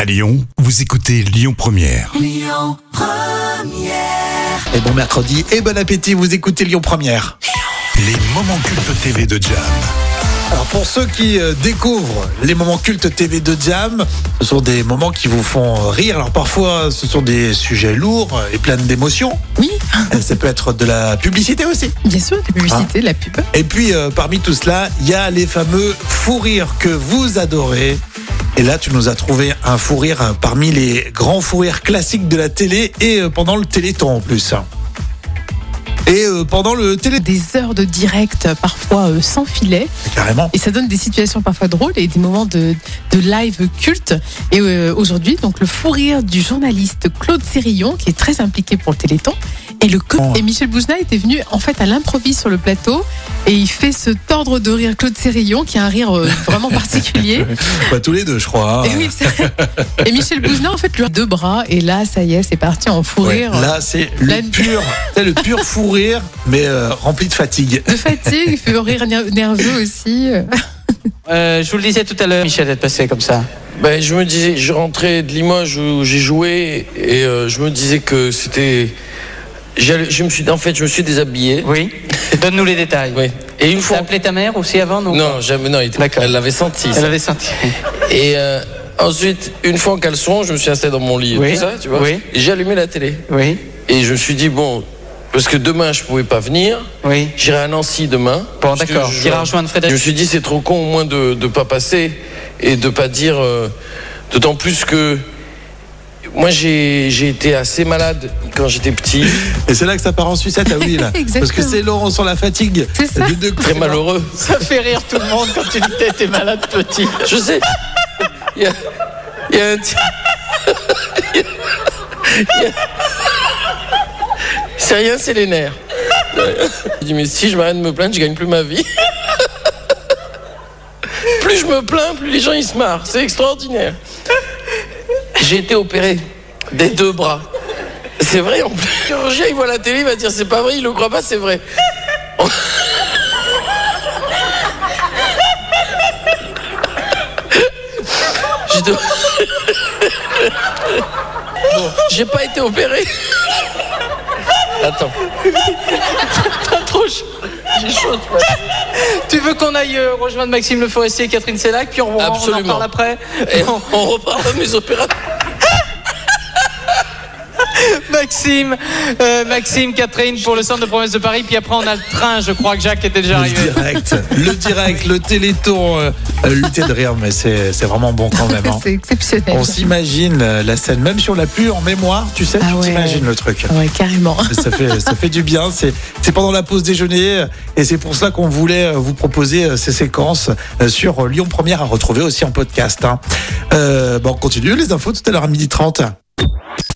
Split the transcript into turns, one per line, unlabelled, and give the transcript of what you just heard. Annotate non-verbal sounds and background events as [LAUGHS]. À Lyon, vous écoutez Lyon Première.
Et bon mercredi et bon appétit, vous écoutez Lyon Première.
Les moments cultes TV de Jam.
Alors pour ceux qui euh, découvrent les moments cultes TV de Jam, ce sont des moments qui vous font rire. Alors parfois ce sont des sujets lourds et pleins d'émotions.
Oui,
Et Ça peut être de la publicité aussi. Ah.
bien sûr, de la publicité, de la pub.
Et puis euh, parmi tout cela, il y a les fameux fous rires que vous adorez. Et là, tu nous as trouvé un fou rire euh, parmi les grands fous rires classiques de la télé et euh, pendant le téléthon en plus. Et euh, pendant le téléthon,
Des heures de direct, euh, parfois euh, sans filet.
carrément.
Et ça donne des situations parfois drôles et des moments de, de live culte. Et euh, aujourd'hui, donc, le fou rire du journaliste Claude Sérillon, qui est très impliqué pour le Téléthon. Et, le co-
Oh.
et Michel Boujna était venu en fait à l'improviste sur le plateau et il fait se tordre de rire Claude Sérillon qui a un rire euh, vraiment
[LAUGHS]
particulier.
Bah, tous les deux, je crois. hein.
Et, oui, c'est vrai. et Michel Boujna en fait lui a deux bras et là ça y est c'est parti en fou
Ouais,
rire.
Là, c'est le
Pleine-
pur, c'est le
[LAUGHS]
pur fou rire, mais euh, rempli de fatigue.
de fatigue, il fait rire ner- nerveux aussi.
Ah
Euh, je vous le disais tout à l'heure, Michel, d'être passé comme ça.
Ben, je me disais, je rentrais de Limoges où j'ai joué et euh, je me disais que c'était. j'allais- Je me suis, en fait, je me suis déshabillé.
Oui. [LAUGHS] Donne-nous les détails.
Oui. Et une
T'as
fois.
appelé ta mère aussi avant non
Non, jamais. Non, il était-
D'accord.
elle l'avait senti. ça.
Elle avait
[LAUGHS]
senti.
Et euh, ensuite, une fois en caleçon, je me suis installé dans mon lit. et
Oui.
Tout ça, tu vois.
Oui.
Et j'ai allumé la télé.
Oui.
Et je me suis dit bon, parce que demain je pouvais pas venir.
Oui.
J'irai à Nancy demain.
Bon,
Parce que
d'accord.
je-
J'irai rejoindre Frédéric.
Je me suis dit, c'est trop con au moins de ne pas passer et de pas dire. euh, D'autant plus que moi, j'ai j'ai été assez malade quand j'étais petit,
Et c'est là que ça part en sucette, ah
[LAUGHS]
oui, là. Parce que
Exactement.
c'est Laurent sur la fatigue.
C'est ça.
Des deux côtés.
très malheureux.
Ça fait rire tout le monde quand tu dis que t'as été malade petit.
Je sais. Il y a, il y a un type. il y a- C'est rien, c'est les nerfs. Je dis, mais si je m'arrête de me plaindre, je gagne plus ma vie. plus je me plains, plus les gens ils se marrent. C'est extraordinaire. J'ai été opéré des deux bras. C'est vrai, en plus, le chirurgien, il voit la télé, il va dire, c'est pas vrai, il le croit pas, c'est vrai. J'ai de- [LAUGHS] Bon, j'ai pas été opéré. Attends. [LAUGHS]
T'as trop chaud. J'ai chaud, tu vois. Tu veux qu'on aille euh, rejoindre Maxime Le Forestier et Catherine Sellac, puis on, on en
Absolument.
parle après [LAUGHS]
Et on, on reparle de mes opérations.
Maxime, euh, Maxime, Catherine pour le centre de promesse de Paris, puis après on a le train, je crois que Jacques est déjà
Le
arrivé.
direct, le direct, le téléthon, euh, euh, lutter de rire, mais c'est c'est vraiment bon quand même. hein.
[LAUGHS] C'est exceptionnel.
On s'imagine euh, la scène, même si on l'a plus en mémoire, tu sais,
Ah
tu
ouais.
t'imagines le truc.
Ouais, carrément.
[LAUGHS] Ça fait, ça fait du bien, c'est c'est pendant la pause déjeuner euh, et c'est pour cela qu'on voulait euh, vous proposer euh, ces séquences euh, sur euh, Lyon Première à retrouver aussi en podcast. hein. Euh, bon, on continue les infos tout à l'heure à 12h30.